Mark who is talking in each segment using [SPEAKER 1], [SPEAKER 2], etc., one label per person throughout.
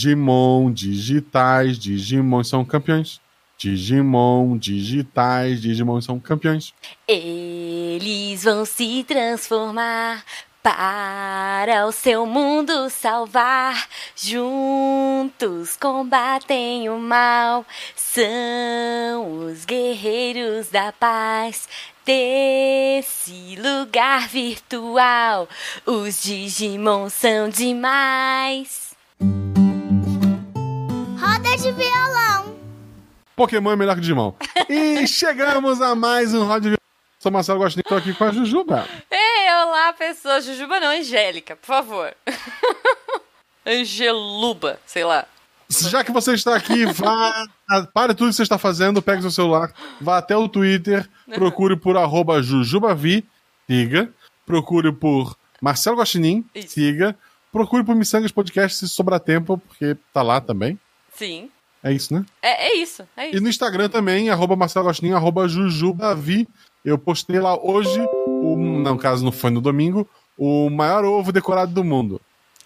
[SPEAKER 1] Digimon, digitais, Digimon são campeões. Digimon, digitais, Digimon são campeões.
[SPEAKER 2] Eles vão se transformar para o seu mundo salvar. Juntos combatem o mal. São os guerreiros da paz. Desse lugar virtual, os Digimon são demais.
[SPEAKER 3] Roda de violão.
[SPEAKER 1] Pokémon é melhor que Digimon. E chegamos a mais um Rod Violão. Sou Marcelo Gostinho, tô aqui com a Jujuba.
[SPEAKER 2] Ei, olá, pessoa. Jujuba não, Angélica, por favor. Angeluba, sei lá.
[SPEAKER 1] Já que você está aqui, vá. Pare tudo que você está fazendo, pegue seu celular, vá até o Twitter, procure por arroba Jujubavi, siga. Procure por Marcelo Guaxinim,
[SPEAKER 2] Isso.
[SPEAKER 1] siga. Procure por Missangas Podcast se sobrar tempo, porque tá lá também.
[SPEAKER 2] Sim.
[SPEAKER 1] É isso, né?
[SPEAKER 2] É, é isso, é
[SPEAKER 1] E
[SPEAKER 2] isso.
[SPEAKER 1] no Instagram também, arroba Marcelo Agostinho, arroba Jujubavi. Eu postei lá hoje, o, no caso não foi no domingo, o maior ovo decorado do mundo.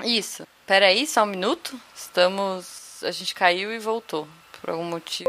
[SPEAKER 2] Isso. Peraí, só um minuto. Estamos. A gente caiu e voltou. Por algum motivo.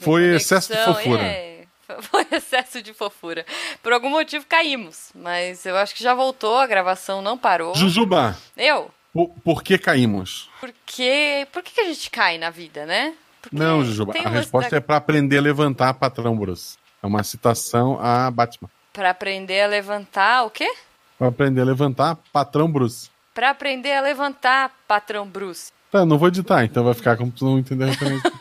[SPEAKER 1] Foi
[SPEAKER 2] Conexão,
[SPEAKER 1] excesso de fofura.
[SPEAKER 2] é. Foi excesso de fofura. Por algum motivo caímos. Mas eu acho que já voltou, a gravação não parou.
[SPEAKER 1] Jujuba,
[SPEAKER 2] Eu?
[SPEAKER 1] po- por, que caímos?
[SPEAKER 2] Porque. Por que, que a gente cai na vida, né? Porque
[SPEAKER 1] Não, Jujuba,
[SPEAKER 2] tem
[SPEAKER 1] a
[SPEAKER 2] um lance
[SPEAKER 1] resposta
[SPEAKER 2] da-
[SPEAKER 1] é pra aprender a levantar, patrão Bruce. É uma citação a Batman.
[SPEAKER 2] Pra aprender a levantar o quê?
[SPEAKER 1] Pra aprender a levantar, patrão Bruce.
[SPEAKER 2] Pra aprender a levantar, patrão Bruce.
[SPEAKER 1] Tá, não vou editar, então vai ficar como tu não entendeu a referência.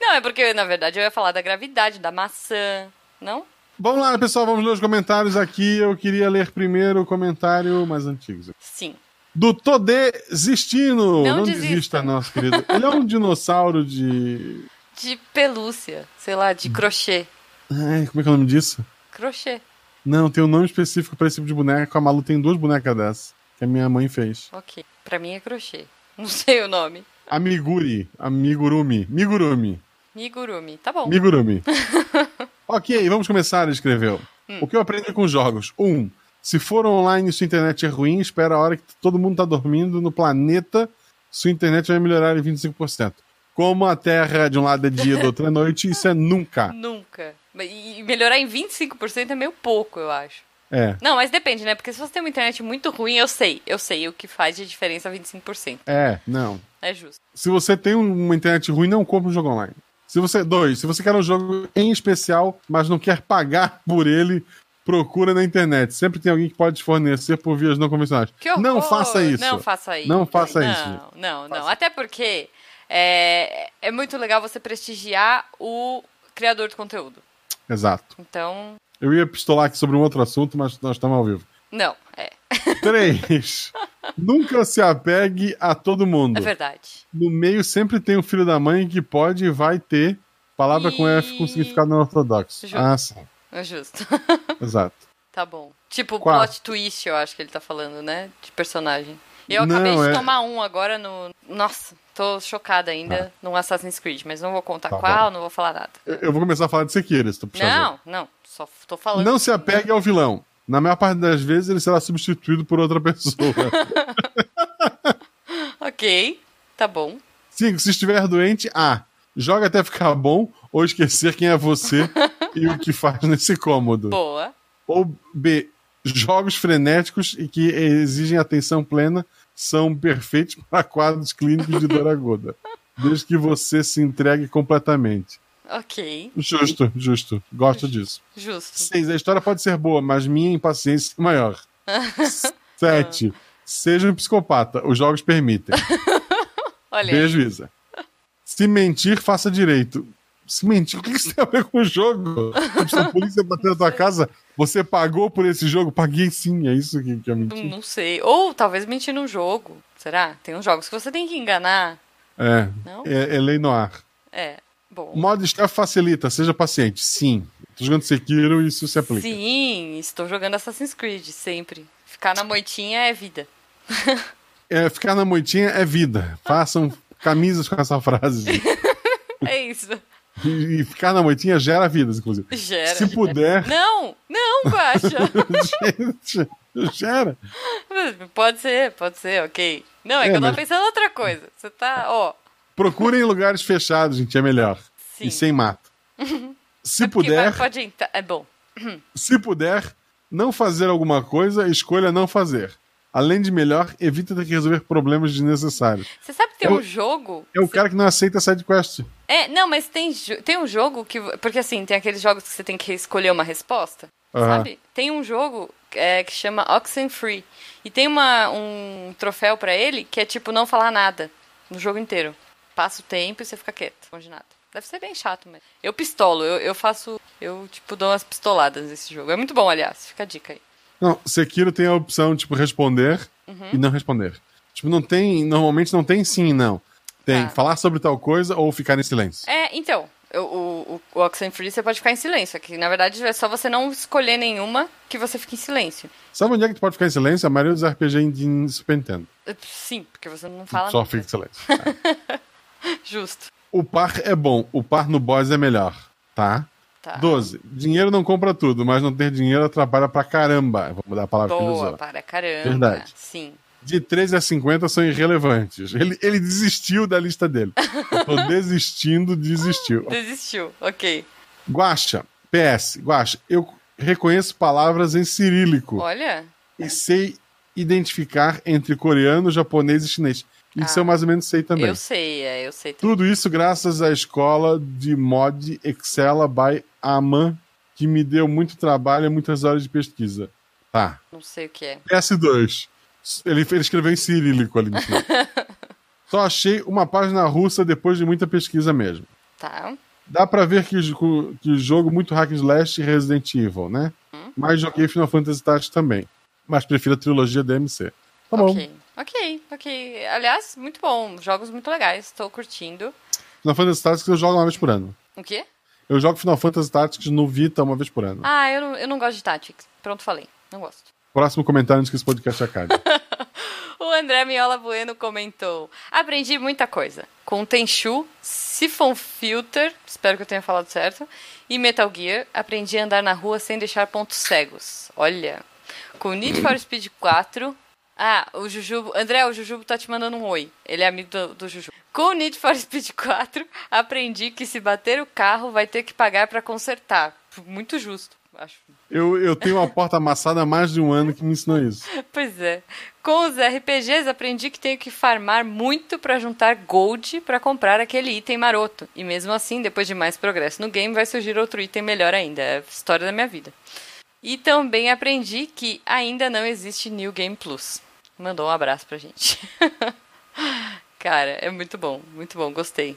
[SPEAKER 2] Não, é porque, na verdade, eu ia falar da gravidade, da maçã. Não?
[SPEAKER 1] vamos lá, pessoal, vamos ler os comentários aqui. Eu queria ler primeiro o comentário mais antigo.
[SPEAKER 2] Sim.
[SPEAKER 1] do Todê Zistino.
[SPEAKER 2] Não
[SPEAKER 1] Não,
[SPEAKER 2] desista.
[SPEAKER 1] desista. nosso querido. Ele é um dinossauro de.
[SPEAKER 2] De pelúcia, sei lá, de crochê.
[SPEAKER 1] Ai, como é que é o nome disso?
[SPEAKER 2] Crochê,
[SPEAKER 1] Não, tem um nome específico pra esse tipo de boneca. A Malu tem duas bonecas dessas. Que a minha mãe fez.
[SPEAKER 2] ok. Pra mim é crochê. Não sei o nome.
[SPEAKER 1] Amiguri. Amigurumi. Migurumi.
[SPEAKER 2] Migurumi, tá bom.
[SPEAKER 1] Migurumi. ok, vamos começar, ele escreveu.
[SPEAKER 2] Hum.
[SPEAKER 1] O que eu aprendi com jogos? Um, se for online e sua internet é ruim, espera a hora que todo mundo tá dormindo no planeta, sua internet vai melhorar em 25%. Como a Terra de um lado é dia, do outro é noite, isso é nunca.
[SPEAKER 2] Nunca. E melhorar em 25% é meio pouco, eu acho.
[SPEAKER 1] É,
[SPEAKER 2] Não, mas depende, né? Porque se você tem uma internet muito ruim, eu sei. Eu sei o que faz de diferença 25%.
[SPEAKER 1] é, não.
[SPEAKER 2] É justo.
[SPEAKER 1] Se você tem uma internet ruim, não compra um jogo online. Se você, dois, se você quer um jogo em especial, mas não quer pagar por ele, procura na internet. Sempre tem alguém que pode fornecer por vias não convencionais.
[SPEAKER 2] Que horror!
[SPEAKER 1] não faça isso.
[SPEAKER 2] Não faça isso.
[SPEAKER 1] Não faça
[SPEAKER 2] não,
[SPEAKER 1] isso,
[SPEAKER 2] Não, não, Até porque é, é muito legal você prestigiar o criador de conteúdo.
[SPEAKER 1] Exato.
[SPEAKER 2] Então,
[SPEAKER 1] Eu ia pistolar aqui sobre um outro assunto, mas nós estamos ao vivo.
[SPEAKER 2] não. É,
[SPEAKER 1] Três. Nunca se apegue a todo mundo.
[SPEAKER 2] é verdade.
[SPEAKER 1] No meio sempre tem o filho da mãe que pode e vai ter palavra com F com
[SPEAKER 2] E-
[SPEAKER 1] significado não ortodoxo.
[SPEAKER 2] Ju-
[SPEAKER 1] Ah, sim.
[SPEAKER 2] É justo.
[SPEAKER 1] Exato.
[SPEAKER 2] Tá bom. Tipo,
[SPEAKER 1] Quatro.
[SPEAKER 2] plot twist, eu acho que ele tá falando, né? De personagem. Eu acabei
[SPEAKER 1] Não,
[SPEAKER 2] de
[SPEAKER 1] é-
[SPEAKER 2] tomar um agora no. Nossa, tô chocada ainda num Assassin's Creed, mas não vou contar
[SPEAKER 1] Tá
[SPEAKER 2] qual, não vou falar nada.
[SPEAKER 1] Eu- Eu vou começar a falar de Sekiro, se tu precisar.
[SPEAKER 2] Não, não, só f- tô falando.
[SPEAKER 1] Não se apegue ao vilão. Na maior parte das vezes ele será substituído por outra pessoa.
[SPEAKER 2] Ok, tá bom.
[SPEAKER 1] 5. Se estiver doente, A. Joga até ficar bom ou esquecer quem é você e o que faz nesse cômodo.
[SPEAKER 2] Boa.
[SPEAKER 1] Ou B. Jogos frenéticos e que exigem atenção plena são perfeitos para quadros clínicos de dor aguda. Desde que você se entregue completamente.
[SPEAKER 2] Ok,
[SPEAKER 1] Justo, justo. Gosto disso.
[SPEAKER 2] justo.
[SPEAKER 1] 6. A história pode ser boa, mas minha impaciência é maior. 7. Seja um psicopata. Os jogos permitem.
[SPEAKER 2] Olha, aí.
[SPEAKER 1] Beijo, Isa. Se mentir, faça direito. Se mentir, o que que isso tem a ver com o jogo? Se a polícia bater na tua casa, você pagou por esse jogo? Paguei sim, é isso que, que eu menti.
[SPEAKER 2] não sei. Ou talvez mentir num jogo. Será? Tem uns jogos que você tem que enganar.
[SPEAKER 1] É,
[SPEAKER 2] Não?
[SPEAKER 1] é, é lei no ar.
[SPEAKER 2] É. Bom.
[SPEAKER 1] O modo stealth facilita, seja paciente. Sim. Tô jogando Sekiro e isso se aplica.
[SPEAKER 2] Sim, estou jogando Assassin's Creed sempre. Ficar na moitinha é vida.
[SPEAKER 1] É, ficar na moitinha é vida. Façam camisas com essa frase. gente.
[SPEAKER 2] É isso.
[SPEAKER 1] E, e ficar na moitinha gera vidas, inclusive.
[SPEAKER 2] Gera.
[SPEAKER 1] Se puder,
[SPEAKER 2] Não, não, Guaxa.
[SPEAKER 1] gente, gera.
[SPEAKER 2] pode ser, pode ser, ok. Não, é, que eu
[SPEAKER 1] mas-
[SPEAKER 2] tava pensando em outra coisa. Você tá, ó.
[SPEAKER 1] Procurem em lugares fechados, gente, é melhor.
[SPEAKER 2] Sim. É
[SPEAKER 1] E sem mato. Se
[SPEAKER 2] Porque vai-
[SPEAKER 1] puder,
[SPEAKER 2] Pode entrar. É bom.
[SPEAKER 1] se puder não fazer alguma coisa, escolha não fazer. Além de melhor, evita ter que resolver problemas desnecessários.
[SPEAKER 2] Você sabe que tem
[SPEAKER 1] É o-
[SPEAKER 2] um jogo.
[SPEAKER 1] É o cara que não aceita sidequest.
[SPEAKER 2] É, não, mas tem, jo- tem um jogo que. Porque assim, tem aqueles jogos que você tem que escolher uma resposta.
[SPEAKER 1] Aham.
[SPEAKER 2] Sabe? Tem um jogo é, que chama Oxenfree. E tem uma, um troféu pra ele que é tipo não falar nada no jogo inteiro. Passa o tempo e você fica quieto, não responde nada. Deve ser bem chato, mas. Eu pistolo, eu, eu faço. Eu, tipo, dou umas pistoladas nesse jogo. É muito bom, aliás. Fica a dica aí.
[SPEAKER 1] Não, Sekiro tem a opção, tipo, responder
[SPEAKER 2] Uhum.
[SPEAKER 1] e não responder. Tipo, não tem. Normalmente não tem sim e não. Tem
[SPEAKER 2] Tá.
[SPEAKER 1] falar sobre tal coisa ou ficar em silêncio.
[SPEAKER 2] É, então, eu- o, o, o Oxenfree você pode ficar em silêncio. Aqui, na verdade, é só você não escolher nenhuma que você fica em silêncio.
[SPEAKER 1] Sabe onde é que tu pode ficar em silêncio? A maioria dos RPG em- em Super Nintendo.
[SPEAKER 2] Eh, Sim, porque você não fala
[SPEAKER 1] Só
[SPEAKER 2] nada.
[SPEAKER 1] fica em silêncio.
[SPEAKER 2] Justo.
[SPEAKER 1] o par é bom, o par no boss é melhor, tá?
[SPEAKER 2] Tá.
[SPEAKER 1] 12. Dinheiro não compra tudo, mas não ter dinheiro atrapalha pra caramba. Vou mudar a palavra que ele
[SPEAKER 2] Boa, tá.
[SPEAKER 1] usou.
[SPEAKER 2] para caramba.
[SPEAKER 1] Verdade.
[SPEAKER 2] Sim.
[SPEAKER 1] De 13 a 50 são irrelevantes. Ele, ele desistiu da lista dele. Eu tô desistindo, desistiu.
[SPEAKER 2] Desistiu. Ok.
[SPEAKER 1] Guaxa, PS, Guaxa, eu reconheço palavras em cirílico
[SPEAKER 2] Olha.
[SPEAKER 1] e sei identificar entre coreano, japonês e chinês. Isso
[SPEAKER 2] Ah.
[SPEAKER 1] eu mais ou menos sei também.
[SPEAKER 2] Eu sei, é, eu sei.
[SPEAKER 1] Tudo isso graças à escola de mod Excella by Aman, que me deu muito trabalho e muitas horas de pesquisa. Tá.
[SPEAKER 2] Não sei o que é.
[SPEAKER 1] PS2. Ele, ele escreveu em cirílico ali no final. Só achei uma página russa depois de muita pesquisa mesmo.
[SPEAKER 2] Tá.
[SPEAKER 1] Dá pra ver que, o- que o jogo muito hack and slash e Resident Evil, né? Mas joguei Final Fantasy Tactics também. Mas prefiro a trilogia DMC. Tá bom.
[SPEAKER 2] ok. Ok, ok. Aliás, muito bom. Jogos muito legais. Estou curtindo.
[SPEAKER 1] Final Fantasy Tactics eu jogo uma vez por ano.
[SPEAKER 2] O quê?
[SPEAKER 1] Eu jogo Final Fantasy Tactics no Vita uma vez por ano.
[SPEAKER 2] Ah, eu não, eu não gosto de Tactics. Pronto, falei. Não gosto.
[SPEAKER 1] Próximo comentário antes que esse podcast acabe.
[SPEAKER 2] O André Miola Bueno comentou: Aprendi muita coisa. Com Tenchu, Siphon Filter, espero que eu tenha falado certo, e Metal Gear, aprendi a andar na rua sem deixar pontos cegos. Olha. Com Need for Speed 4. Ah, o Jujubo. André, o Jujubo tá te mandando um oi. Ele é amigo do, do Jujubo. Com Need for Speed 4, aprendi que se bater o carro vai ter que pagar pra consertar. Muito justo, acho.
[SPEAKER 1] eu, eu tenho uma porta amassada há mais de um ano que me ensinou isso.
[SPEAKER 2] Pois é. Com os RPGs aprendi que tenho que farmar muito pra juntar gold pra comprar aquele item maroto. E mesmo assim, depois de mais progresso no game, vai surgir outro item melhor ainda. É a história da minha vida. E também aprendi que ainda não existe New Game Plus. Mandou um abraço pra gente. Cara, é muito bom, muito bom, gostei.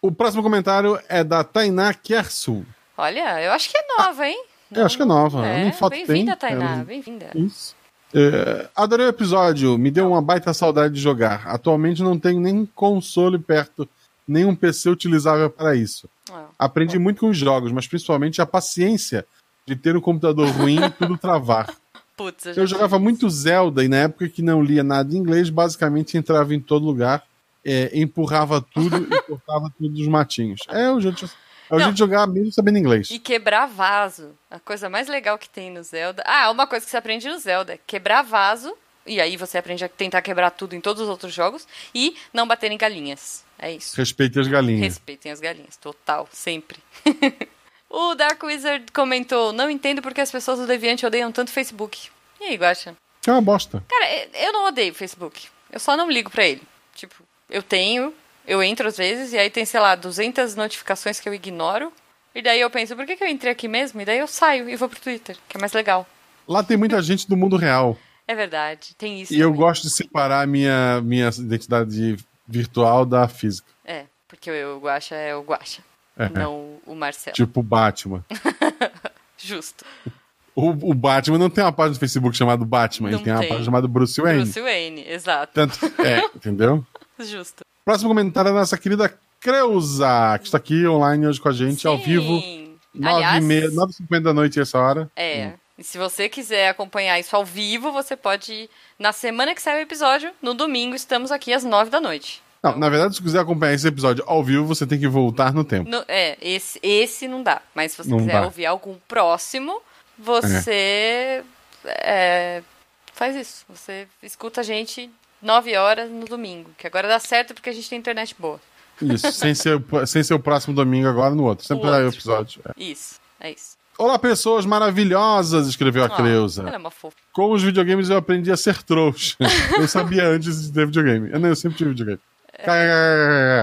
[SPEAKER 1] O próximo comentário é da Tainá Kersul.
[SPEAKER 2] Olha, eu acho que é nova, hein?
[SPEAKER 1] Eu acho que é nova.
[SPEAKER 2] É,
[SPEAKER 1] nem foto
[SPEAKER 2] bem-vinda,
[SPEAKER 1] tem. né?
[SPEAKER 2] Tainá,
[SPEAKER 1] Ela-
[SPEAKER 2] bem-vinda.
[SPEAKER 1] Isso. É, adorei o episódio, me deu uma baita saudade de jogar. Atualmente não tenho nem console perto, nem um PC utilizável para isso.
[SPEAKER 2] Ah,
[SPEAKER 1] Aprendi muito com os jogos, mas principalmente a paciência de ter um computador ruim e tudo travar.
[SPEAKER 2] Putz,
[SPEAKER 1] Eu jogava muito Zelda e na época que não lia nada em inglês, basicamente entrava em todo lugar, é, empurrava tudo e cortava tudo dos matinhos. É o jeito, de- é o
[SPEAKER 2] Não.
[SPEAKER 1] jeito de jogar mesmo sabendo inglês.
[SPEAKER 2] E quebrar vaso. A coisa mais legal que tem no Zelda. Ah, uma coisa que você aprende no Zelda: é quebrar vaso. E aí você aprende a tentar quebrar tudo em todos os outros jogos. E não bater em galinhas. É isso.
[SPEAKER 1] Respeite as galinhas.
[SPEAKER 2] Respeitem as galinhas. Total. Sempre. o Dark Wizard comentou: Não entendo porque as pessoas do Deviante odeiam tanto o Facebook. E aí, Guacha?
[SPEAKER 1] Que é uma bosta.
[SPEAKER 2] Cara, é- eu não odeio o Facebook. Eu só não ligo pra ele. Tipo, eu tenho, eu entro às vezes, e aí tem, sei lá, 200 notificações que eu ignoro. E daí eu penso, por que, que eu entrei aqui mesmo? E daí eu saio e vou pro Twitter, que é mais legal.
[SPEAKER 1] Lá tem muita gente do mundo real.
[SPEAKER 2] É verdade, tem isso.
[SPEAKER 1] E eu
[SPEAKER 2] também.
[SPEAKER 1] gosto de separar minha, minha identidade virtual da física.
[SPEAKER 2] É, porque o Guacha é o Guacha,
[SPEAKER 1] É,
[SPEAKER 2] não o Marcelo.
[SPEAKER 1] Tipo o Batman.
[SPEAKER 2] Justo.
[SPEAKER 1] O, o Batman não tem uma página no Facebook chamada Batman,
[SPEAKER 2] Não
[SPEAKER 1] ele tem uma
[SPEAKER 2] tem.
[SPEAKER 1] página chamada Bruce Wayne. Então,
[SPEAKER 2] Bruce Wayne, exato.
[SPEAKER 1] Tanto, é, entendeu?
[SPEAKER 2] Justo.
[SPEAKER 1] Próximo comentário é da nossa querida Creuza, que está aqui online hoje com a gente, ao
[SPEAKER 2] Sim.
[SPEAKER 1] vivo.
[SPEAKER 2] Aliás,
[SPEAKER 1] 9h50 da noite, essa hora.
[SPEAKER 2] É. E se você quiser acompanhar isso ao vivo, você pode ir na semana que sai o episódio, no domingo, estamos aqui às nove da noite.
[SPEAKER 1] Não, na verdade, se quiser acompanhar esse episódio ao vivo, você tem que voltar no tempo.
[SPEAKER 2] No- é, esse, esse não dá. Mas se você
[SPEAKER 1] Não
[SPEAKER 2] quiser
[SPEAKER 1] dá.
[SPEAKER 2] ouvir algum próximo, você é, faz isso. Você escuta a gente 9 horas no domingo, que agora dá certo porque a gente tem internet boa.
[SPEAKER 1] Isso, sem ser, sem ser o próximo domingo, agora no outro. Sempre
[SPEAKER 2] O
[SPEAKER 1] dá o
[SPEAKER 2] outro.
[SPEAKER 1] episódio. é.
[SPEAKER 2] Isso, é isso.
[SPEAKER 1] Olá, pessoas maravilhosas, escreveu a
[SPEAKER 2] Ah,
[SPEAKER 1] Cleusa.
[SPEAKER 2] Ela é uma fofa.
[SPEAKER 1] Com os videogames eu aprendi a ser trouxa. eu sabia antes de ter videogame. Eu, não, eu sempre tive videogame.
[SPEAKER 2] É.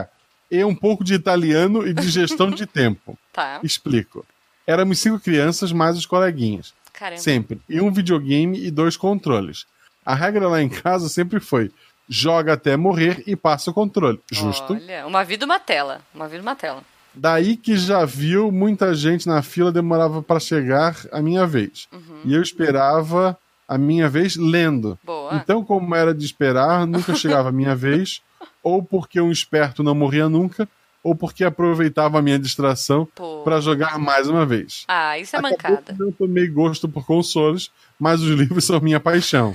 [SPEAKER 1] Kkkk. E um pouco de italiano e de gestão de tempo.
[SPEAKER 2] Tá,
[SPEAKER 1] Explico. Éramos cinco crianças, mais os coleguinhas.
[SPEAKER 2] caramba.
[SPEAKER 1] Sempre. E um videogame e dois controles. A regra lá em casa sempre foi: joga até morrer e passa o controle. Justo.
[SPEAKER 2] Olha, uma vida uma tela, uma vida uma tela.
[SPEAKER 1] Daí que já viu muita gente na fila demorava pra chegar a minha vez. E eu esperava a minha vez lendo.
[SPEAKER 2] Boa.
[SPEAKER 1] Então, como era de esperar, nunca chegava a minha vez, ou porque um esperto não morria nunca, ou porque aproveitava a minha distração
[SPEAKER 2] Pô.
[SPEAKER 1] pra jogar mais uma vez.
[SPEAKER 2] Ah, isso é
[SPEAKER 1] Acabou
[SPEAKER 2] mancada.
[SPEAKER 1] que Não tomei gosto por consoles, mas os livros são minha paixão.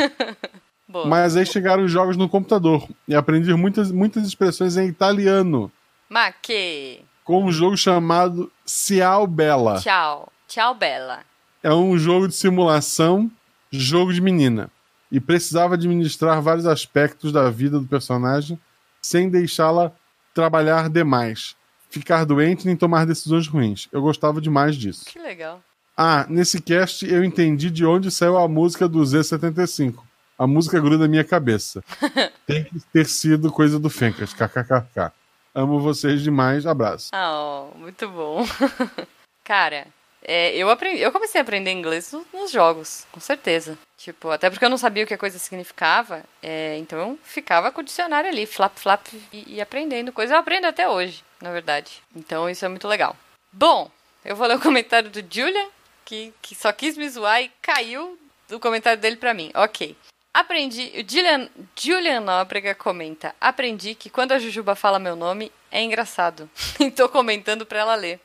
[SPEAKER 2] Boa.
[SPEAKER 1] mas aí chegaram os jogos no computador e aprendi muitas, muitas expressões em italiano
[SPEAKER 2] Ma que.
[SPEAKER 1] com um jogo chamado Ciao Bella.
[SPEAKER 2] Tchau. Tchau, Bela.
[SPEAKER 1] É um jogo de simulação, jogo de menina. E precisava administrar vários aspectos da vida do personagem sem deixá-la trabalhar demais, ficar doente nem tomar decisões ruins. Eu gostava demais disso.
[SPEAKER 2] Que legal.
[SPEAKER 1] Ah, nesse cast eu entendi de onde saiu a música do Z75. A música gruda na minha cabeça. Tem que ter sido coisa do Fencas. KKKK. Amo vocês demais. Abraço.
[SPEAKER 2] Ah, ó, muito bom. Cara, é, eu, aprendi, eu comecei a aprender inglês no- nos jogos, com certeza. Tipo, até porque eu não sabia o que a coisa significava, é, então eu ficava com o dicionário ali, flap, flap, e, e aprendendo coisa. Eu aprendo até hoje, na verdade. Então isso é muito legal. Bom, eu vou ler o comentário do Julia, que, que só quis me zoar e caiu do comentário dele pra mim. Ok. Aprendi. O Julian, Julian Nóbrega comenta: Aprendi que quando a Jujuba fala meu nome é engraçado. e tô comentando pra ela ler.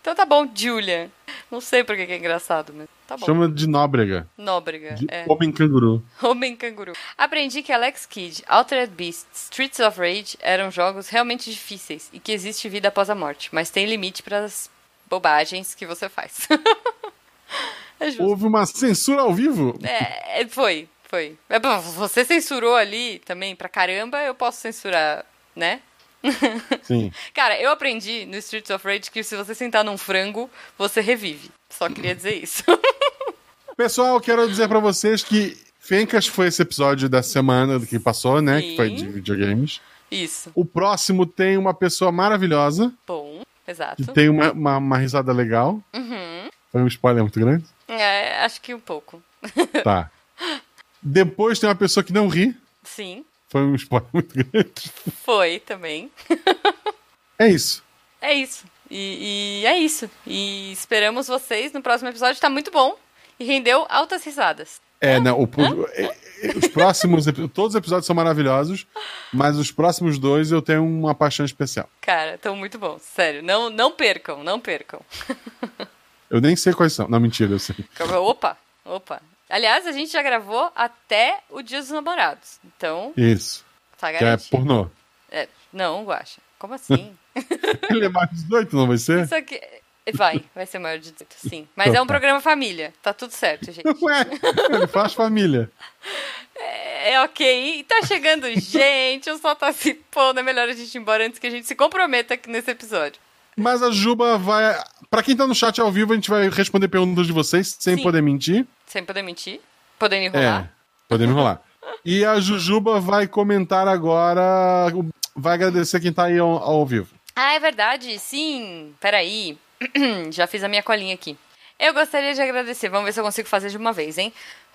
[SPEAKER 2] então tá bom, Julian. Não sei por que que é engraçado, mas tá bom.
[SPEAKER 1] Chama de Nóbrega.
[SPEAKER 2] Nóbrega.
[SPEAKER 1] De
[SPEAKER 2] é.
[SPEAKER 1] Homem Canguru.
[SPEAKER 2] Homem Canguru. Aprendi que Alex Kidd, Altered Beast, Streets of Rage eram jogos realmente difíceis e que existe vida após a morte, mas tem limite para as bobagens que você faz. é justo.
[SPEAKER 1] Houve uma censura ao vivo?
[SPEAKER 2] É, é, foi, foi. É, bom, você censurou ali também pra caramba, eu posso censurar, né?
[SPEAKER 1] Sim.
[SPEAKER 2] Cara, eu aprendi no Streets of Rage que se você sentar num frango, você revive. Só queria dizer isso.
[SPEAKER 1] Pessoal, quero dizer pra vocês que Fencas foi esse episódio da semana que passou, né?
[SPEAKER 2] Sim.
[SPEAKER 1] Que foi de videogames.
[SPEAKER 2] Isso.
[SPEAKER 1] O próximo tem uma pessoa maravilhosa,
[SPEAKER 2] Bom, exato.
[SPEAKER 1] que tem uma, uma, uma risada legal.
[SPEAKER 2] Uhum.
[SPEAKER 1] Foi um spoiler muito grande.
[SPEAKER 2] É, acho que um pouco.
[SPEAKER 1] Tá. Depois tem uma pessoa que não ri.
[SPEAKER 2] Sim,
[SPEAKER 1] Foi um spoiler muito grande.
[SPEAKER 2] foi também.
[SPEAKER 1] É isso.
[SPEAKER 2] É isso. E, e é isso. E esperamos vocês no próximo episódio. Tá muito bom. E rendeu altas risadas.
[SPEAKER 1] É, não, o- o- é- é- os próximos. epi- Todos os episódios são maravilhosos, mas os próximos dois eu tenho uma paixão especial.
[SPEAKER 2] Cara, tão muito bom. Sério, não, não percam, não percam.
[SPEAKER 1] Eu nem sei quais são. Não, mentira, eu sei.
[SPEAKER 2] Calma, Opa, opa. Aliás, a gente já gravou até o Dia dos Namorados. Então,
[SPEAKER 1] Isso.
[SPEAKER 2] tá
[SPEAKER 1] Que é
[SPEAKER 2] garantido.
[SPEAKER 1] pornô.
[SPEAKER 2] É, não, Guaxa. Como assim?
[SPEAKER 1] Ele é mais 18, não vai ser?
[SPEAKER 2] Isso aqui... Vai, vai ser maior de 18, sim. Mas é um programa família. Tá tudo certo, gente.
[SPEAKER 1] Ué, é. ele faz família.
[SPEAKER 2] É ok. E tá chegando gente, o sol tá se pondo. É melhor a gente ir embora antes que a gente se comprometa aqui nesse episódio.
[SPEAKER 1] Mas a Juba vai. Pra quem tá no chat ao vivo, a gente vai responder perguntas de vocês sem
[SPEAKER 2] Sim.
[SPEAKER 1] poder mentir.
[SPEAKER 2] Sem poder mentir, podendo
[SPEAKER 1] É,
[SPEAKER 2] enrolar.
[SPEAKER 1] podemos enrolar. E a Jujuba vai comentar agora. Vai agradecer quem tá aí ao, ao vivo.
[SPEAKER 2] Ah, é verdade, sim. Peraí, já fiz a minha colinha aqui. Eu gostaria de agradecer, vamos ver se eu consigo fazer de uma vez, hein?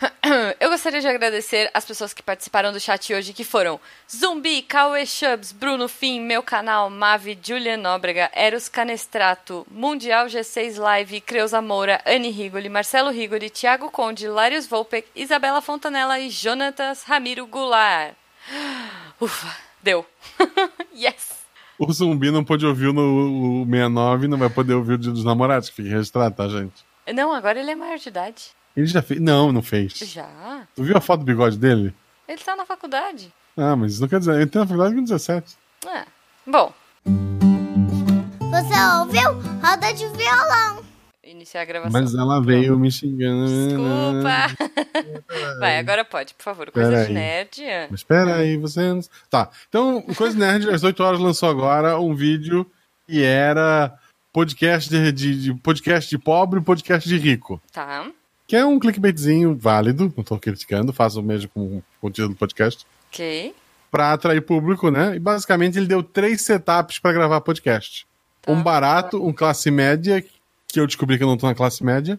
[SPEAKER 2] Eu gostaria de agradecer as pessoas que participaram do chat hoje, que foram Zumbi, Cauê Chubbs, Bruno Fim, Meu Canal, Mavi, Julian Nóbrega, Eros Canestrato, Mundial G6 Live, Creuza Moura, Anne Rigoli, Marcelo Rigoli, Thiago Conde, Larios Volpec, Isabela Fontanella e Jonatas Ramiro Goulart. Ufa, deu. yes!
[SPEAKER 1] O zumbi não pôde ouvir no o 69 não vai poder ouvir o dia dos namorados, que fica registrado, tá, gente?
[SPEAKER 2] Não, agora ele é maior de idade.
[SPEAKER 1] Ele já fez. Não, não fez.
[SPEAKER 2] Já?
[SPEAKER 1] Tu viu a foto do bigode dele?
[SPEAKER 2] Ele tá na faculdade.
[SPEAKER 1] Ah, mas isso não quer dizer. Ele tem na faculdade com 17.
[SPEAKER 2] Ah, bom,
[SPEAKER 3] Você ouviu? Roda de violão.
[SPEAKER 2] iniciar a gravação.
[SPEAKER 1] Mas ela veio me xingando.
[SPEAKER 2] Desculpa. Vai, agora pode, por favor. Coisa
[SPEAKER 1] Pera
[SPEAKER 2] de
[SPEAKER 1] aí.
[SPEAKER 2] nerd. é.
[SPEAKER 1] Mas espera aí, você. não- Tá. Então, o Coisa Nerd, às 8 horas, lançou agora um vídeo que era podcast de, de- de- podcast de pobre e podcast de rico.
[SPEAKER 2] Tá.
[SPEAKER 1] Que é um clickbaitzinho válido, não tô criticando, faço o mesmo com o conteúdo do podcast,
[SPEAKER 2] Ok.
[SPEAKER 1] pra atrair público, né? E basicamente ele deu três setups pra gravar podcast. Um barato, um classe média, que eu descobri que eu não tô na classe média.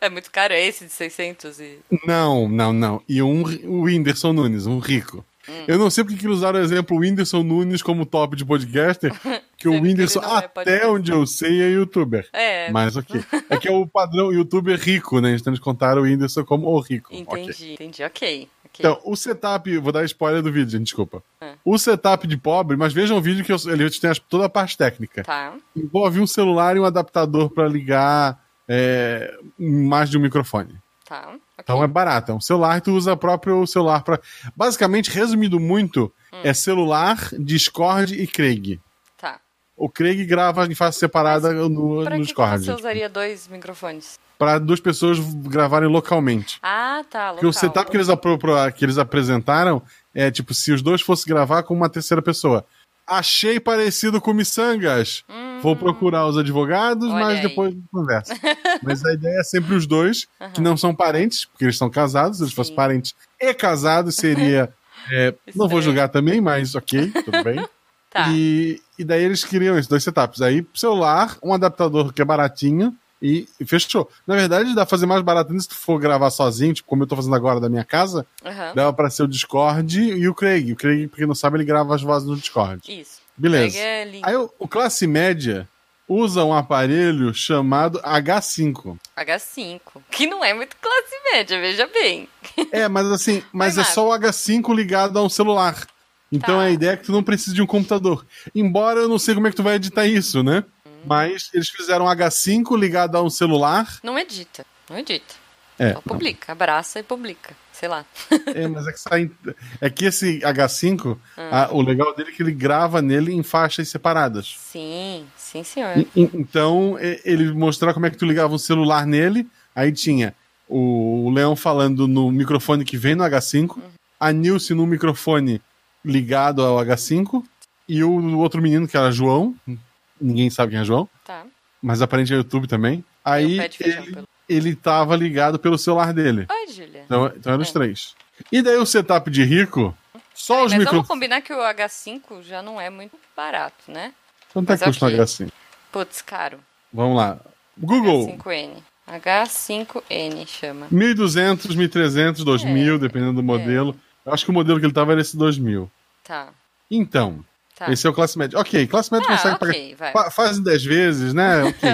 [SPEAKER 2] é muito caro esse de 600 e...
[SPEAKER 1] Não, não, não. E um ri- o Whindersson Nunes, um rico.
[SPEAKER 2] Hum.
[SPEAKER 1] Eu não sei porque que usaram o exemplo Whindersson Nunes como top de podcaster, que
[SPEAKER 2] Sendo
[SPEAKER 1] o
[SPEAKER 2] que
[SPEAKER 1] Whindersson,
[SPEAKER 2] ele não é
[SPEAKER 1] até
[SPEAKER 2] podcaster.
[SPEAKER 1] onde eu sei, é youtuber.
[SPEAKER 2] É,
[SPEAKER 1] Mas ok. É que é o padrão youtuber rico, né? Então eles contaram o Whindersson como o rico.
[SPEAKER 2] entendi,
[SPEAKER 1] Ok.
[SPEAKER 2] entendi. Ok. ok.
[SPEAKER 1] Então, o setup, vou dar spoiler do vídeo, gente, desculpa.
[SPEAKER 2] É.
[SPEAKER 1] O setup de pobre, mas vejam o vídeo que eu- ele tem as- toda a parte técnica
[SPEAKER 2] Tá.
[SPEAKER 1] envolve um celular e um adaptador para ligar é, mais de um microfone.
[SPEAKER 2] Tá. ok.
[SPEAKER 1] Então é barato, é um celular e tu usa próprio celular para. Basicamente, resumido muito,
[SPEAKER 2] Hum.
[SPEAKER 1] é celular, Discord e Craig.
[SPEAKER 2] Tá.
[SPEAKER 1] O Craig grava em fase separada no,
[SPEAKER 2] Pra
[SPEAKER 1] no
[SPEAKER 2] que, que você
[SPEAKER 1] Discord.
[SPEAKER 2] usaria dois microfones?
[SPEAKER 1] Para duas pessoas gravarem localmente.
[SPEAKER 2] Ah, tá.
[SPEAKER 1] Porque
[SPEAKER 2] Local.
[SPEAKER 1] o setup que eles, apro- pro- que eles apresentaram é tipo se os dois fossem gravar com uma terceira pessoa. Achei parecido com Missangas. Vou procurar os advogados,
[SPEAKER 2] Hum. Olha
[SPEAKER 1] mas
[SPEAKER 2] aí.
[SPEAKER 1] depois conversa. mas a ideia é sempre os dois, que não são parentes, porque eles são casados. Se eles fossem
[SPEAKER 2] Sim.
[SPEAKER 1] parentes e casados, seria. é, não vou
[SPEAKER 2] Estranho.
[SPEAKER 1] julgar também, mas ok, tudo bem.
[SPEAKER 2] Tá.
[SPEAKER 1] E, e daí eles criam esses dois setups. Aí, celular, um adaptador que é baratinho e, e fechou. Na verdade, dá pra fazer mais barato ainda se tu for gravar sozinho, tipo, como eu tô fazendo agora da minha casa,
[SPEAKER 2] Aham.
[SPEAKER 1] dava pra ser o Discord e o Craig. O Craig, pra quem não sabe, ele grava as vozes no Discord.
[SPEAKER 2] Isso.
[SPEAKER 1] Beleza.
[SPEAKER 2] Pega link.
[SPEAKER 1] Aí o, o classe média usa um aparelho chamado H5.
[SPEAKER 2] H5. Que não é muito classe média, veja bem.
[SPEAKER 1] É, mas assim, mas
[SPEAKER 2] Vai,
[SPEAKER 1] é só o H5 ligado a um celular. Então
[SPEAKER 2] Tá.
[SPEAKER 1] a ideia é que tu não precisa de um computador. Embora eu não sei como é que tu vai editar isso, né?
[SPEAKER 2] Hum.
[SPEAKER 1] Mas eles fizeram um H5 ligado a um celular.
[SPEAKER 2] Não edita. Não edita.
[SPEAKER 1] É,
[SPEAKER 2] Só publica. Abraça e publica. Sei lá.
[SPEAKER 1] é, mas é que sai. É que esse H5,
[SPEAKER 2] Hum.
[SPEAKER 1] a- o legal dele é que ele grava nele em faixas separadas.
[SPEAKER 2] Sim, sim, senhor.
[SPEAKER 1] E- e- Então, e- ele mostrava como é que tu ligava um celular nele, aí tinha o o Leão falando no microfone que vem no H5, a Nilce no microfone ligado ao H5, e o outro menino, que era João, ninguém sabe quem é João,
[SPEAKER 2] Tá.
[SPEAKER 1] mas aparente é YouTube também, aí
[SPEAKER 2] Eu pede feijão
[SPEAKER 1] ele,
[SPEAKER 2] pelo-
[SPEAKER 1] ele tava ligado pelo celular dele.
[SPEAKER 2] Oi, Júlia.
[SPEAKER 1] Então, então eram os
[SPEAKER 2] É.
[SPEAKER 1] três. E daí o setup de rico, só os
[SPEAKER 2] Mas vamos
[SPEAKER 1] microfones...
[SPEAKER 2] combinar que o H5 já não é muito barato, né?
[SPEAKER 1] Quanto é que
[SPEAKER 2] mas
[SPEAKER 1] custa um
[SPEAKER 2] ok.
[SPEAKER 1] H5?
[SPEAKER 2] Putz, caro.
[SPEAKER 1] Vamos lá. Google.
[SPEAKER 2] H5N. H5N chama.
[SPEAKER 1] 1.200, 1.300,
[SPEAKER 2] É,
[SPEAKER 1] 2.000, dependendo do modelo. Eu acho que o modelo que ele tava era esse 2.000.
[SPEAKER 2] Tá,
[SPEAKER 1] Então,
[SPEAKER 2] tá.
[SPEAKER 1] esse é o classe média. Ok, classe média
[SPEAKER 2] Ah,
[SPEAKER 1] consegue
[SPEAKER 2] ok, vai.
[SPEAKER 1] pagar. fa- Faz 10 vezes, né? Ok.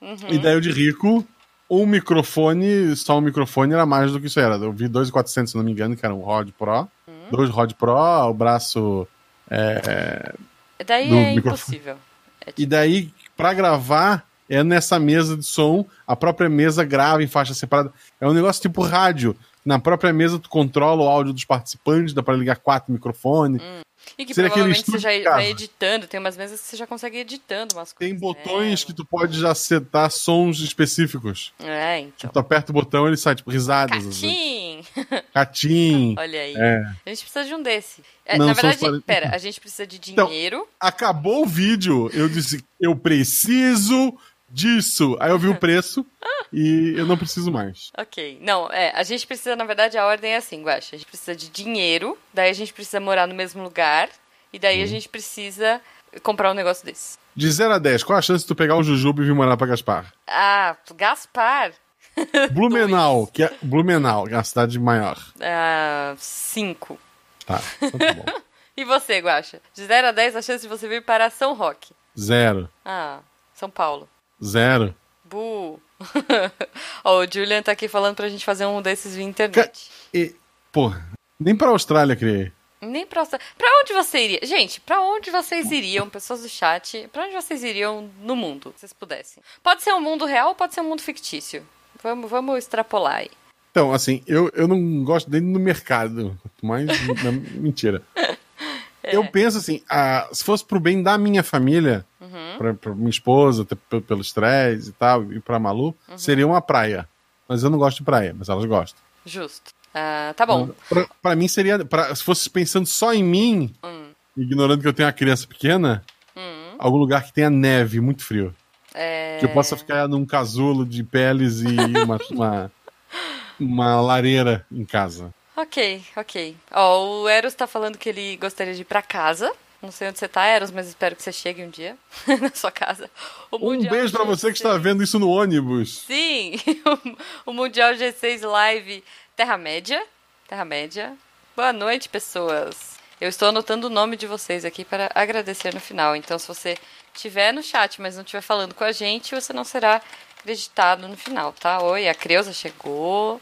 [SPEAKER 2] Uhum.
[SPEAKER 1] E daí o de rico, um microfone, só um microfone era mais do que isso era. Eu vi 2.400, se não me engano, que era um Rod Pro.
[SPEAKER 2] Hum.
[SPEAKER 1] Dois Rod Pro, o braço.
[SPEAKER 2] Daí
[SPEAKER 1] do
[SPEAKER 2] é
[SPEAKER 1] microfone.
[SPEAKER 2] impossível.
[SPEAKER 1] E daí, pra gravar, é nessa mesa de som, a própria mesa grava em faixa separada. É um negócio tipo rádio. Na própria mesa, tu controla o áudio dos participantes, dá pra ligar quatro microfones.
[SPEAKER 2] E que
[SPEAKER 1] Seria aquele
[SPEAKER 2] provavelmente você
[SPEAKER 1] estúdio
[SPEAKER 2] já
[SPEAKER 1] de casa.
[SPEAKER 2] vai editando. Tem umas mesas que você já consegue editando umas coisas. né?
[SPEAKER 1] Tem botões que tu pode já setar sons específicos. Tipo,
[SPEAKER 2] É, então.
[SPEAKER 1] Tu aperta o botão, ele sai, tipo, risadas. às vezes.
[SPEAKER 2] Catim!
[SPEAKER 1] Catim.
[SPEAKER 2] Olha aí.
[SPEAKER 1] É.
[SPEAKER 2] A gente precisa de um desse. É,
[SPEAKER 1] Não,
[SPEAKER 2] na
[SPEAKER 1] são
[SPEAKER 2] verdade,
[SPEAKER 1] os quarenta-
[SPEAKER 2] pera, a gente precisa de
[SPEAKER 1] Então-
[SPEAKER 2] dinheiro.
[SPEAKER 1] Acabou o vídeo, eu disse, eu preciso disso. Aí eu vi o preço e eu não preciso mais.
[SPEAKER 2] Ok. Não, é, a gente precisa, na verdade, a ordem é assim, Guaxa. A gente precisa de dinheiro, daí a gente precisa morar no mesmo lugar, e daí a
[SPEAKER 1] Uhum.
[SPEAKER 2] gente precisa comprar um negócio desse.
[SPEAKER 1] De 0 a 10, qual a chance de tu pegar o Jujuba e vir morar pra Gaspar?
[SPEAKER 2] Ah, Gaspar?
[SPEAKER 1] Blumenau, que é Blumenau, que é a cidade maior.
[SPEAKER 2] Ah, cinco.
[SPEAKER 1] Tá, então tá bom.
[SPEAKER 2] E você, Guaxa? De 0 a 10, a chance de você vir para São Roque.
[SPEAKER 1] Zero,
[SPEAKER 2] Ah, São Paulo.
[SPEAKER 1] zero.
[SPEAKER 2] Bu. Ó, o Julian tá aqui falando pra gente fazer um desses via internet.
[SPEAKER 1] E, porra, nem pra Austrália criei.
[SPEAKER 2] Nem pra... Austrália. Pra onde você iria? Gente, pra onde vocês iriam, pessoas do chat, pra onde vocês iriam no mundo, se vocês pudessem? Pode ser um mundo real ou pode ser um mundo fictício? Vamos, vamos extrapolar aí.
[SPEAKER 1] Então, assim, eu, eu não gosto dele no mercado, mas na- mentira. Eu penso assim, ah, se fosse pro bem da minha família, pra, pra minha esposa, até pe- pelos três e tal, e pra Malu, seria uma praia. Mas eu não gosto de praia, mas elas gostam.
[SPEAKER 2] Justo. Ah, tá bom.
[SPEAKER 1] Pra, pra mim seria. pra- se fosse pensando só em mim, ignorando que eu tenho uma criança pequena, algum lugar que tenha neve, muito frio.
[SPEAKER 2] Hum. É,
[SPEAKER 1] Que eu possa ficar num casulo de peles e uma, uma, uma lareira em casa.
[SPEAKER 2] Ok, ok. Ó, o Eros tá falando que ele gostaria de ir pra casa. Não sei onde você tá, Eros, mas espero que você chegue um dia na sua casa. O
[SPEAKER 1] Um
[SPEAKER 2] Mundial
[SPEAKER 1] beijo pra
[SPEAKER 2] G6.
[SPEAKER 1] você que está vendo isso no ônibus.
[SPEAKER 2] Sim, o Mundial G6 Live Terra-média. Terra-média. Boa noite, pessoas. Eu estou anotando o nome de vocês aqui para agradecer no final. Então, se você tiver no chat, mas não estiver falando com a gente, você não será acreditado no final, tá? Oi, a Creuza chegou.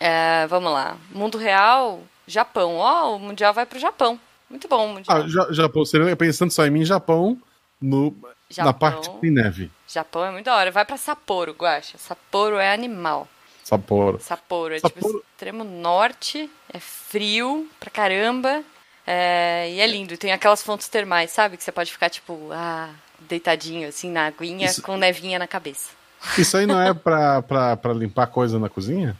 [SPEAKER 2] É, vamos lá. Mundo real, Japão. Ó, o Mundial vai pro Japão. Muito bom o Mundial.
[SPEAKER 1] Ah, Ja- Japão, seria pensando só em mim, Japão, no, na
[SPEAKER 2] Japão.
[SPEAKER 1] parte que tem neve.
[SPEAKER 2] Japão é muito da hora. Vai pra Sapporo, Guaxa. Sapporo é animal.
[SPEAKER 1] Sapporo.
[SPEAKER 2] Sapporo, é tipo
[SPEAKER 1] Sapporo-
[SPEAKER 2] extremo norte, é frio pra caramba, é, e é lindo. E tem aquelas fontes termais, sabe? Que você pode ficar, tipo, ah, deitadinho, assim, na aguinha,
[SPEAKER 1] Isso-
[SPEAKER 2] com nevinha na cabeça.
[SPEAKER 1] Isso aí não é pra, pra, pra limpar coisa na cozinha?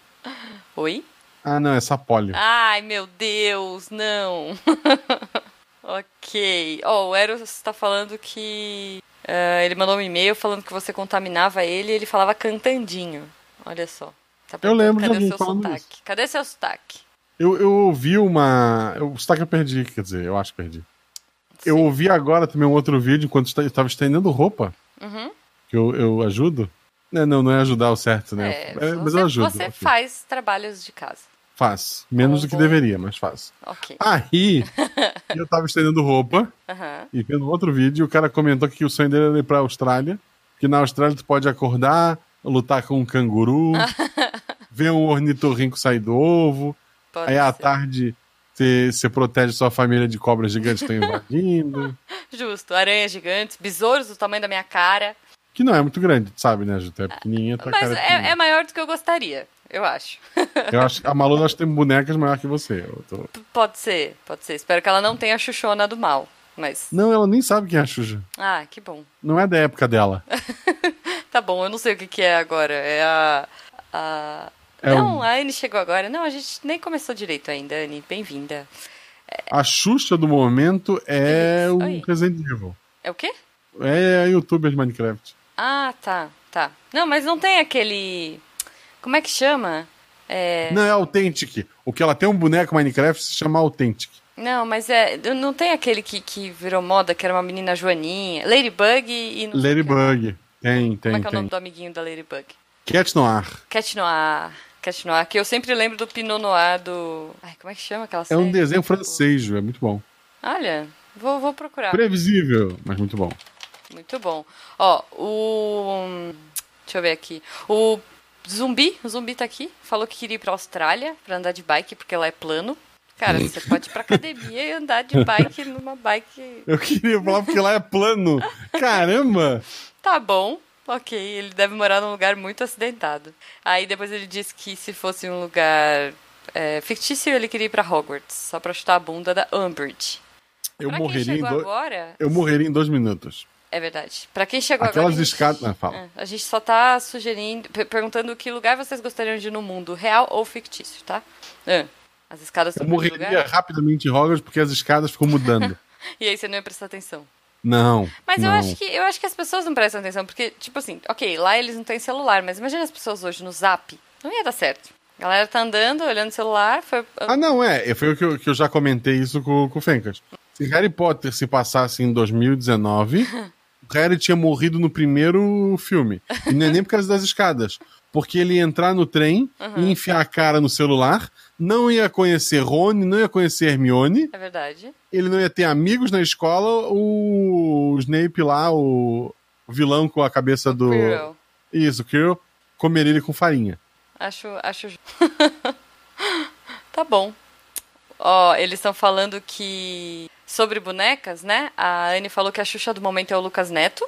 [SPEAKER 2] Oi?
[SPEAKER 1] Ah, não, é sapólio.
[SPEAKER 2] Ai, meu Deus, não! ok. Ó, o Eros tá falando que... ah, ele mandou um e-mail falando que você contaminava ele e ele falava cantandinho. Olha só. Tá perguntando,
[SPEAKER 1] lembro de
[SPEAKER 2] cadê
[SPEAKER 1] alguém
[SPEAKER 2] seu
[SPEAKER 1] falando
[SPEAKER 2] sotaque? Cadê seu sotaque?
[SPEAKER 1] Eu, eu ouvi uma. Eu, o sotaque eu perdi, quer dizer, eu acho que perdi. Eu ouvi agora também um outro vídeo enquanto esta- eu estava estendendo roupa.
[SPEAKER 2] Uhum.
[SPEAKER 1] Que eu, eu ajudo. Não, não, não é ajudar o certo, né?
[SPEAKER 2] É,
[SPEAKER 1] É, mas
[SPEAKER 2] você,
[SPEAKER 1] eu ajudo.
[SPEAKER 2] você
[SPEAKER 1] ok.
[SPEAKER 2] faz trabalhos de casa.
[SPEAKER 1] Faço. Menos
[SPEAKER 2] Tá
[SPEAKER 1] do que
[SPEAKER 2] bom.
[SPEAKER 1] deveria, mas faço.
[SPEAKER 2] Ok.
[SPEAKER 1] Aí, eu tava estendendo roupa
[SPEAKER 2] Aham.
[SPEAKER 1] e vendo outro vídeo, e o cara comentou que o sonho dele era ir pra Austrália. Que na Austrália tu pode acordar, lutar com um canguru, ver um ornitorrinco sair do ovo.
[SPEAKER 2] Pode
[SPEAKER 1] Aí ah, tá. à
[SPEAKER 2] ser.
[SPEAKER 1] tarde você você protege sua família de cobras gigantes que estão invadindo.
[SPEAKER 2] Justo. Aranhas gigantes, besouros do tamanho da minha cara.
[SPEAKER 1] Que não é muito grande, tu sabe, né, Juta? É pequenininha, tua
[SPEAKER 2] mas
[SPEAKER 1] cara é
[SPEAKER 2] é, é
[SPEAKER 1] pequenininha.
[SPEAKER 2] maior do que eu gostaria, eu acho.
[SPEAKER 1] Eu acho, a Malu, eu acho que tem bonecas maior que você. Eu tô-
[SPEAKER 2] P- pode ser, pode ser. Espero que ela não tenha a chuchona do mal. Mas.
[SPEAKER 1] Não, ela nem sabe quem é a Xuxa.
[SPEAKER 2] Ah, que bom.
[SPEAKER 1] Não é da época dela.
[SPEAKER 2] Tá bom, eu não sei o que, que é agora. É a. a-
[SPEAKER 1] É
[SPEAKER 2] não,
[SPEAKER 1] o-
[SPEAKER 2] a Anne chegou agora. Não, a gente nem começou direito ainda, Anne. Bem-vinda.
[SPEAKER 1] A Xuxa do momento é o
[SPEAKER 2] Oi.
[SPEAKER 1] Resident Evil.
[SPEAKER 2] É o quê?
[SPEAKER 1] É a youtuber de Minecraft.
[SPEAKER 2] Ah, tá, tá. Não, mas não tem aquele. Como é que chama? É.
[SPEAKER 1] Não é Authentic. O que ela tem um boneco Minecraft se chama Authentic.
[SPEAKER 2] Não, mas é. Não tem aquele que, que virou moda, que era uma menina joaninha. Ladybug e. não sei o que. é?
[SPEAKER 1] Ladybug. Tem,
[SPEAKER 2] Como é
[SPEAKER 1] tem,
[SPEAKER 2] que é o
[SPEAKER 1] tem.
[SPEAKER 2] nome do amiguinho da Ladybug?
[SPEAKER 1] Cat Noir.
[SPEAKER 2] Cat Noir. Cat Noir, que eu sempre lembro do Pinot Noir do. Ai, como é que chama aquela
[SPEAKER 1] É
[SPEAKER 2] série?
[SPEAKER 1] um desenho francês, Ju, é muito bom.
[SPEAKER 2] Olha, vou, vou procurar.
[SPEAKER 1] Previsível, mas muito bom.
[SPEAKER 2] Muito bom. Ó, o. Deixa eu ver aqui. O zumbi, o zumbi tá aqui, falou que queria ir pra Austrália pra andar de bike, porque lá é plano. Cara, você pode ir pra academia e andar de bike numa bike.
[SPEAKER 1] Eu queria falar porque lá é plano. Caramba!
[SPEAKER 2] Tá bom, ok. Ele deve morar num lugar muito acidentado. Aí depois ele disse que se fosse um lugar é, fictício, ele queria ir pra Hogwarts, só pra chutar a bunda da Umbridge.
[SPEAKER 1] Eu
[SPEAKER 2] pra
[SPEAKER 1] morreria,
[SPEAKER 2] quem
[SPEAKER 1] em
[SPEAKER 2] chegou
[SPEAKER 1] dois,
[SPEAKER 2] agora.
[SPEAKER 1] eu morreria em dois minutos.
[SPEAKER 2] É verdade. Pra quem chegou
[SPEAKER 1] Aquelas
[SPEAKER 2] agora. a gente-
[SPEAKER 1] escadas- ah, fala.
[SPEAKER 2] É, A gente só tá sugerindo, per- perguntando que lugar vocês gostariam de ir no mundo, real ou fictício, tá? É. As escadas
[SPEAKER 1] Eu
[SPEAKER 2] são muito
[SPEAKER 1] morreria rapidamente em Hogwarts porque as escadas ficam mudando.
[SPEAKER 2] E aí você não ia prestar atenção.
[SPEAKER 1] Não.
[SPEAKER 2] Mas
[SPEAKER 1] não.
[SPEAKER 2] eu acho que eu acho que as pessoas não prestam atenção, porque, tipo assim, ok, lá eles não têm celular, mas imagina as pessoas hoje no zap. Não ia dar certo. A galera tá andando, olhando o celular, foi.
[SPEAKER 1] Ah, não, é. Foi o que eu, que eu já comentei isso com, com o Fencas. Se Harry Potter se passasse em 2019, o Harry tinha morrido no primeiro filme. E não é nem por causa das escadas. Porque ele ia entrar no trem, ia enfiar a cara no celular, não ia conhecer Rony, não ia conhecer Hermione.
[SPEAKER 2] É verdade.
[SPEAKER 1] ele não ia ter amigos na escola, o Snape lá, o vilão com a cabeça do.
[SPEAKER 2] Quirrell.
[SPEAKER 1] Isso, o Quirrell, comeria ele com farinha.
[SPEAKER 2] Acho, acho. ju- tá bom. Ó, eles estão falando que. Sobre bonecas, né? A Anne falou que a Xuxa do momento é o Lucas Neto.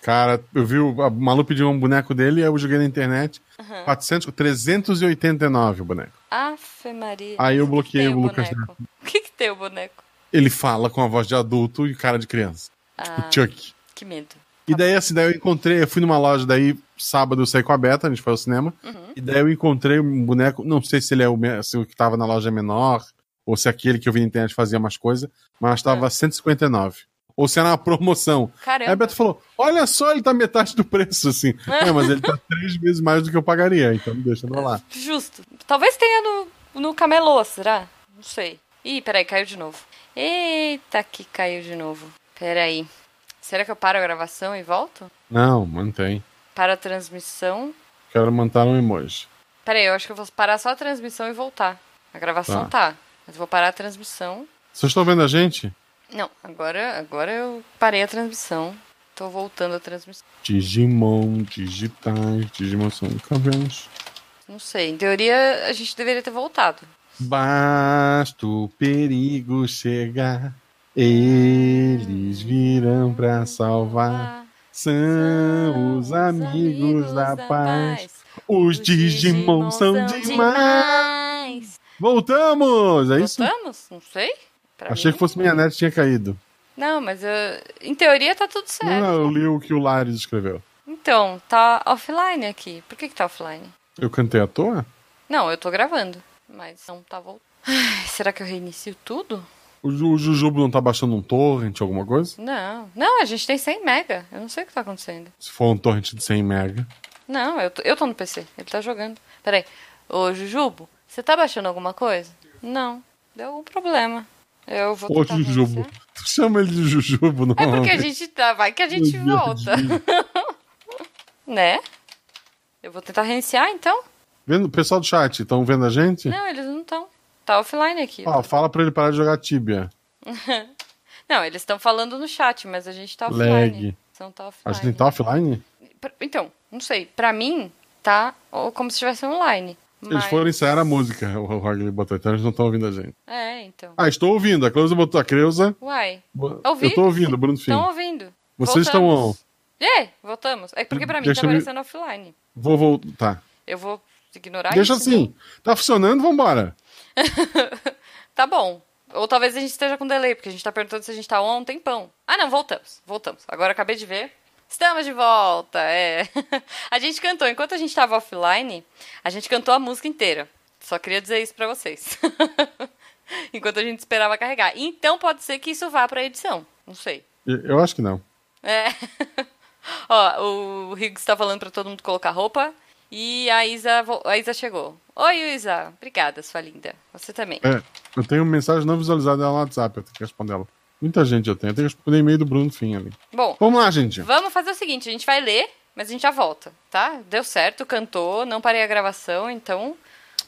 [SPEAKER 1] Cara, eu vi, o a Malu pediu um boneco dele, aí eu joguei na internet. 400, 389 o boneco.
[SPEAKER 2] Afe Maria.
[SPEAKER 1] Aí eu
[SPEAKER 2] O que
[SPEAKER 1] bloqueei
[SPEAKER 2] tem
[SPEAKER 1] o Lucas
[SPEAKER 2] boneco? O que, que tem o boneco?
[SPEAKER 1] Ele fala com a voz de adulto e cara de criança. Tipo Chuck.
[SPEAKER 2] Que medo.
[SPEAKER 1] E daí, assim, daí eu encontrei, eu fui numa loja, daí sábado eu saí com a Beta, a gente foi ao cinema. E daí eu encontrei um boneco, não sei se ele é o, me- se o que tava na loja é menor, ou se aquele que eu vi na internet fazia mais coisa, mas tava 159. Ou se era uma promoção. Aí a
[SPEAKER 2] Caramba.
[SPEAKER 1] Beta falou: olha só, ele tá metade do preço, assim. é, mas ele tá três vezes mais do que eu pagaria, então deixa pra lá.
[SPEAKER 2] Justo. Talvez tenha no, no camelô, será? Não sei. Ih, peraí, caiu de novo. Eita, que caiu de novo. Peraí. Será que eu paro a gravação e volto?
[SPEAKER 1] Não, mantém.
[SPEAKER 2] Para a transmissão.
[SPEAKER 1] Quero montar um emoji.
[SPEAKER 2] Peraí, eu acho que eu vou parar só a transmissão e voltar. A gravação tá. Mas eu vou parar a transmissão.
[SPEAKER 1] Vocês estão vendo a gente?
[SPEAKER 2] Não, agora, agora eu parei a transmissão. Tô voltando a transmissão.
[SPEAKER 1] Digimon, digitais, Digimon são campeões.
[SPEAKER 2] Não sei. Em teoria, a gente deveria ter voltado.
[SPEAKER 1] Basta o perigo chegar, eles virão pra salvar.
[SPEAKER 2] Ah,
[SPEAKER 1] São os amigos da paz. Os Digimon são demais.
[SPEAKER 2] demais.
[SPEAKER 1] Voltamos! É isso?
[SPEAKER 2] Voltamos? Não sei. Pra
[SPEAKER 1] Achei
[SPEAKER 2] mim-
[SPEAKER 1] que fosse minha net tinha caído.
[SPEAKER 2] Não, mas eu... em teoria tá tudo certo.
[SPEAKER 1] Não, eu li o que o Lares escreveu.
[SPEAKER 2] Então, tá offline aqui. Por que que tá offline?
[SPEAKER 1] Eu cantei à toa?
[SPEAKER 2] Não, eu tô gravando. Mas não tá voltando. Ai, será que eu reinicio tudo?
[SPEAKER 1] O, Ju- o Jujubo não tá baixando um torrent, alguma coisa?
[SPEAKER 2] Não. Não, a gente tem 100 mega. Eu não sei o que tá acontecendo.
[SPEAKER 1] Se for um torrent de 100 mega.
[SPEAKER 2] Não, eu tô, eu tô no PC. Ele tá jogando. Peraí. Ô, Jujubo, você tá baixando alguma coisa? Não. Deu algum problema. Eu vou
[SPEAKER 1] Ô,
[SPEAKER 2] tentar
[SPEAKER 1] Jujubo.
[SPEAKER 2] reiniciar.
[SPEAKER 1] Tu chama ele de Jujubo, não?
[SPEAKER 2] né? É porque a gente tá... Vai que a gente volta. Né? Eu vou tentar reiniciar, então?
[SPEAKER 1] Vendo, pessoal do chat, estão vendo a gente?
[SPEAKER 2] Não, eles não estão. Tá offline aqui.
[SPEAKER 1] Ó, fala pra ele parar de jogar Tibia.
[SPEAKER 2] Não, eles estão falando no chat, mas a gente tá offline.
[SPEAKER 1] Lag.
[SPEAKER 2] Então tá
[SPEAKER 1] A
[SPEAKER 2] offline.
[SPEAKER 1] gente tá offline?
[SPEAKER 2] Pra- Então, não sei. Pra mim, tá ó, como se estivesse online.
[SPEAKER 1] Eles
[SPEAKER 2] mas-
[SPEAKER 1] foram ensaiar a música, o Rogley botou, então eles não estão ouvindo a gente.
[SPEAKER 2] É, então.
[SPEAKER 1] Ah, estou ouvindo, a Cleusa botou a Creuza.
[SPEAKER 2] Uai,
[SPEAKER 1] Bo-
[SPEAKER 2] Ouvi.
[SPEAKER 1] Eu tô ouvindo, Bruno Fim.
[SPEAKER 2] estão Tá ouvindo.
[SPEAKER 1] Vocês estão-
[SPEAKER 2] Voltamos. É, voltamos. É porque pra mim
[SPEAKER 1] Deixa
[SPEAKER 2] tá
[SPEAKER 1] eu ver-
[SPEAKER 2] aparecendo offline.
[SPEAKER 1] Vou voltar. Tá.
[SPEAKER 2] Eu vou ignorar
[SPEAKER 1] Deixa
[SPEAKER 2] isso,
[SPEAKER 1] assim.
[SPEAKER 2] então?
[SPEAKER 1] Tá funcionando, vambora.
[SPEAKER 2] Tá bom. Ou talvez a gente esteja com delay, porque a gente tá perguntando se a gente tá on há um tempão. Ah, não, voltamos. Voltamos. Agora acabei de ver. Estamos de volta, é. A gente cantou, enquanto a gente tava offline, a gente cantou a música inteira. Só queria dizer isso pra vocês. Enquanto a gente esperava carregar. Então pode ser que isso vá pra edição. Não sei.
[SPEAKER 1] E- Eu acho que não.
[SPEAKER 2] É. Ó, o Riggs tá falando pra todo mundo colocar roupa. E a Isa, vo- a Isa chegou. Oi, Isa. Obrigada, sua linda. Você também.
[SPEAKER 1] É, eu tenho mensagem não visualizada no WhatsApp, eu tenho que responder ela. Muita gente eu tenho, eu tenho que responder e-mail do Bruno Fim ali.
[SPEAKER 2] Bom,
[SPEAKER 1] Vamos lá, gente.
[SPEAKER 2] Vamos fazer o seguinte, a gente vai ler, mas a gente já volta, tá? Deu certo, cantou, não parei a gravação, então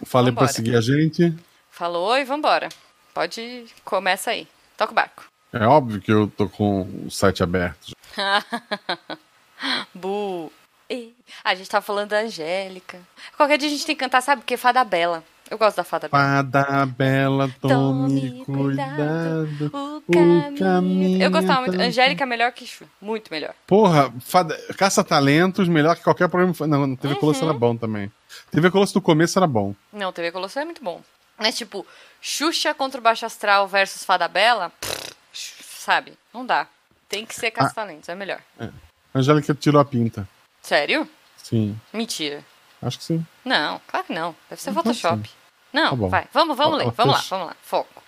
[SPEAKER 1] Falei pra
[SPEAKER 2] vambora.
[SPEAKER 1] seguir a gente.
[SPEAKER 2] falou e vambora. Pode, começa aí. Toca o barco.
[SPEAKER 1] É óbvio que eu tô com o site aberto.
[SPEAKER 2] Bu. Ei. A gente tava falando da Angélica. Qualquer dia a gente tem que cantar, sabe o que? Fada Bela. Eu gosto da Fada Bela.
[SPEAKER 1] Fada bela, tome,
[SPEAKER 2] Tome
[SPEAKER 1] cuidado.
[SPEAKER 2] O
[SPEAKER 1] caminho é
[SPEAKER 2] Eu gostava muito.
[SPEAKER 1] tá-
[SPEAKER 2] Angélica é melhor que Chu. Muito melhor.
[SPEAKER 1] Porra, fada- caça-talentos, melhor que qualquer programa. Não, na TV Colosso
[SPEAKER 2] Uhum.
[SPEAKER 1] era bom também. TV Colosso do começo era bom.
[SPEAKER 2] Não, TV Colosso é muito bom. Mas, tipo, Xuxa contra o Baixo Astral versus Fada Bela, pff, sabe? Não dá. Tem que
[SPEAKER 1] Ah.
[SPEAKER 2] ser Castalentos, é melhor.
[SPEAKER 1] Angélica tirou a pinta.
[SPEAKER 2] Sério?
[SPEAKER 1] Sim,
[SPEAKER 2] Mentira.
[SPEAKER 1] acho que sim.
[SPEAKER 2] Não, claro que não. Deve ser
[SPEAKER 1] Então,
[SPEAKER 2] Photoshop.
[SPEAKER 1] sim.
[SPEAKER 2] Não,
[SPEAKER 1] Tá bom.
[SPEAKER 2] vai. Vamos, vamos
[SPEAKER 1] Ó,
[SPEAKER 2] ler.
[SPEAKER 1] ó,
[SPEAKER 2] Vamos lá,
[SPEAKER 1] fech-
[SPEAKER 2] vamos lá. Foco.
[SPEAKER 3] tá Um